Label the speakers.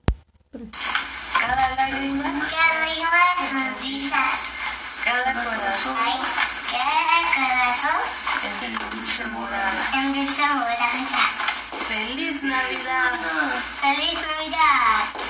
Speaker 1: siempre.
Speaker 2: Cada lágrima,
Speaker 3: Cada lágrima es sonrisa.
Speaker 2: cada corazón
Speaker 3: Ay, cada corazón
Speaker 2: en el dulce morada.
Speaker 3: en dulce morada.
Speaker 2: ¡Feliz Navidad!
Speaker 3: ¡Feliz Navidad!